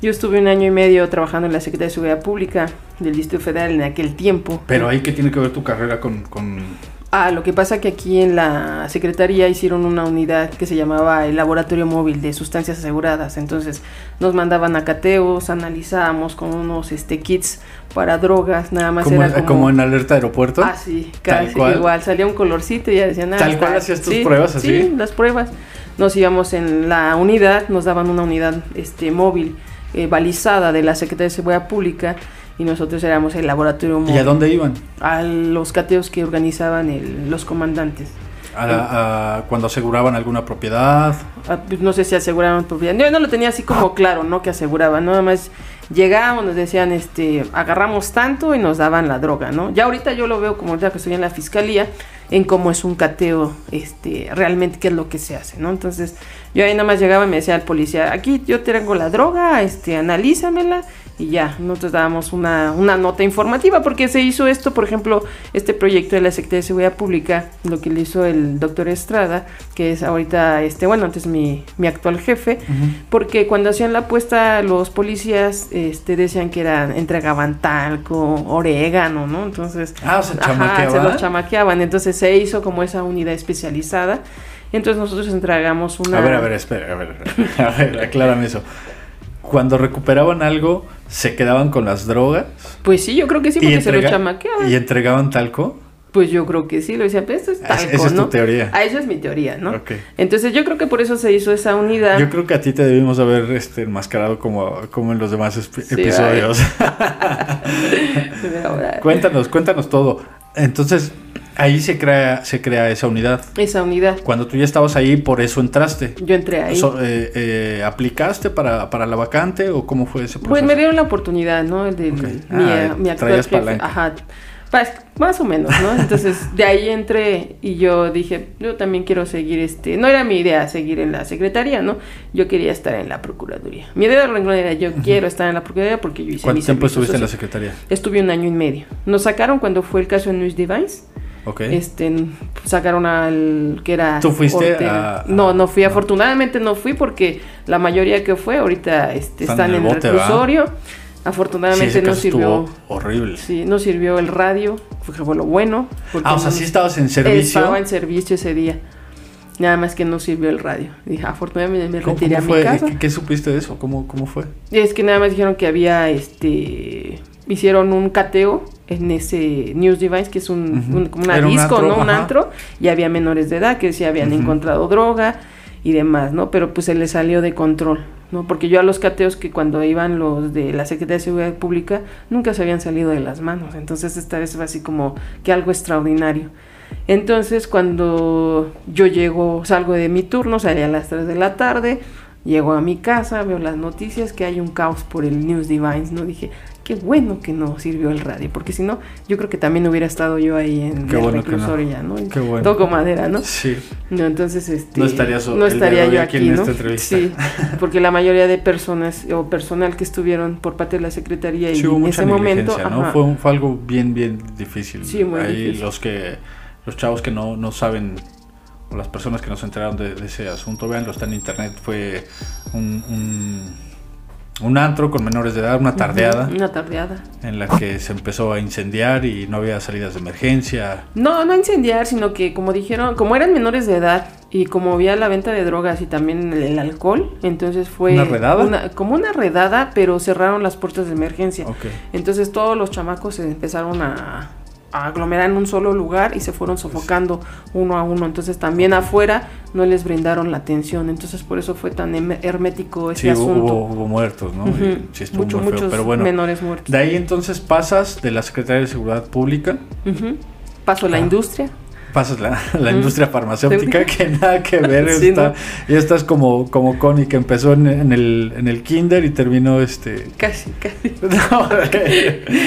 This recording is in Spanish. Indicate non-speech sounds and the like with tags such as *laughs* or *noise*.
Yo estuve un año y medio trabajando en la Secretaría de Seguridad Pública del Distrito Federal en aquel tiempo. Pero ahí que tiene que ver tu carrera con, con... Ah, lo que pasa que aquí en la Secretaría hicieron una unidad que se llamaba el Laboratorio Móvil de Sustancias Aseguradas. Entonces nos mandaban a cateos, analizábamos con unos este, kits para drogas, nada más como, era como... como en alerta aeropuerto? Ah, sí, Tal casi cual. igual. Salía un colorcito y ya decían... ah, Tal está- cual hacías tus sí, pruebas, así. Sí, las pruebas. Nos íbamos en la unidad, nos daban una unidad este, móvil eh, balizada de la Secretaría de Seguridad Pública y nosotros éramos el laboratorio móvil. ¿Y a dónde iban? A los cateos que organizaban el- los comandantes. A la- a cuando aseguraban alguna propiedad. Ah, pues, No sé si aseguraban propiedad. Yo no lo tenía así como claro, ¿no? Que aseguraban. Nada más llegábamos, nos decían, este, agarramos tanto y nos daban la droga, ¿no? Ya ahorita yo lo veo como ahorita que estoy en la fiscalía, en cómo es un cateo, este, realmente qué es lo que se hace, ¿no? Entonces, yo ahí nada más llegaba y me decía al policía, aquí yo tengo la droga, este, analízamela. Y ya, nosotros dábamos una, una nota informativa porque se hizo esto, por ejemplo, este proyecto de la Secretaría de Seguridad Pública, lo que le hizo el doctor Estrada, que es ahorita, este, bueno, antes mi, mi actual jefe, porque cuando hacían la apuesta los policías este, decían que eran, entregaban talco, orégano, ¿no? Entonces, Ah, o sea, ajá, se chamaqueaban. los chamaqueaban, entonces se hizo como esa unidad especializada. Entonces nosotros entregamos una... A ver, a ver, espera, a ver, *laughs* a ver, aclárame eso. Cuando recuperaban algo, ¿se quedaban con las drogas? Pues sí, yo creo que sí, porque se entrega- los chamaqueaban. ¿Y entregaban talco? Pues yo creo que sí, lo decía, pero esto es Es- talco, esa Ah, es tu ¿no? teoría. Ah, esa es mi teoría, ¿no? Ok. Entonces yo creo que por eso se hizo esa unidad. Yo creo que a ti te debimos haber este, enmascarado como, como en los demás esp- Sí, episodios. Pero ahora- cuéntanos, cuéntanos todo. Entonces, ahí se crea, se crea esa unidad. Esa unidad. Cuando tú ya estabas ahí, por eso entraste. Yo entré ahí. So- eh, eh, ¿Aplicaste para, para la vacante o cómo fue ese proceso? Pues me dieron la oportunidad, ¿no? El de Ok. mi, Ah, mi actual traías jefe. palanca. Ajá. Pues, más o menos, ¿no? *laughs* Entonces, de ahí entré y yo dije, yo también quiero seguir este. No era mi idea seguir en la secretaría, ¿no? Yo quería estar en la procuraduría. Mi idea original era yo quiero estar en la procuraduría porque yo hice mi ¿Cuánto tiempo servicio estuviste en la social. secretaría? Estuve un año y medio. Nos sacaron cuando fue el caso de News Device. Ok. Este, sacaron al que era. ¿Tú fuiste a- no, no fui. no. Afortunadamente no fui porque la mayoría que fue ahorita este, Están están en en el el bote, ¿va? reclusorio. Sí, Afortunadamente ese no caso sirvió. estuvo horrible. Sí, no sirvió el radio, fue fue lo bueno. porque Ah, o sea, no- sí estabas en servicio. Estaba en servicio ese día. Nada más que no sirvió el radio. Dije, afortunadamente me ¿Cómo, retiré cómo a mi fue? casa. ¿Qué, qué supiste de eso? ¿Cómo, cómo fue? Es que nada más dijeron que había, este, hicieron un cateo en ese News Device, que es un, Ujú. un- como una Era un disco, antro, ¿no? Un ajá. antro, y había menores de edad que sí habían Ujú. encontrado droga y demás, ¿no? Pero pues se les salió de control, ¿no? Porque yo a los cateos que cuando iban los de la Secretaría de Seguridad Pública nunca se habían salido de las manos, entonces esta vez fue así como que algo extraordinario. Entonces, cuando yo llego, salgo de mi turno, salía a las 3 de la tarde, llego a mi casa, veo las noticias, que hay un caos por el News Divines, ¿no? Dije, qué bueno que no sirvió el radio, porque si no, yo creo que también hubiera estado yo ahí en Qué el bueno que no. reclusorio ya, ¿no? Qué bueno. Toco madera, ¿no? Sí. No, entonces este, No estaría so- no el día estaría de hoy yo aquí aquí, en ¿no? esta entrevista. *laughs* Sí, porque la mayoría de personas o personal que estuvieron por parte de la secretaría y Sí, hubo en mucha ese momento, negligencia, ¿no? ajá, Fue, un- fue algo bien, bien difícil. Sí, muy Ahí difícil. los que, los chavos que no, no saben, o las personas que no se enteraron de, de ese asunto, veanlo, está en internet, fue un, un, un antro con menores de edad, una tardeada, una tardeada. en la que se empezó a incendiar y no había salidas de emergencia. No, no incendiar, sino que como dijeron, como eran menores de edad y como había la venta de drogas y también el, el alcohol, entonces fue ¿Una redada? una- como una redada, pero cerraron las puertas de emergencia. Ok. Entonces todos los chamacos se empezaron a, a aglomerar en un solo lugar y se fueron sofocando uno a uno. Entonces también afuera no les brindaron la atención. Entonces por eso fue tan hem- hermético Pues ese Sí, hubo, asunto. hubo- hubo muertos, ¿no? Ujú. Y Sí, estuvo Mucho- muy feo, muchos pero bueno. menores muertos. De ahí entonces pasas de la Secretaría de Seguridad Pública, Ujú. Paso a la Ah. industria. pasas la, *laughs* la industria farmacéutica, que *laughs* nada que ver, Sí, está, ¿no? y estás como, como Connie, que *laughs* empezó en, en el, en el kinder y terminó este... Casi, casi. No,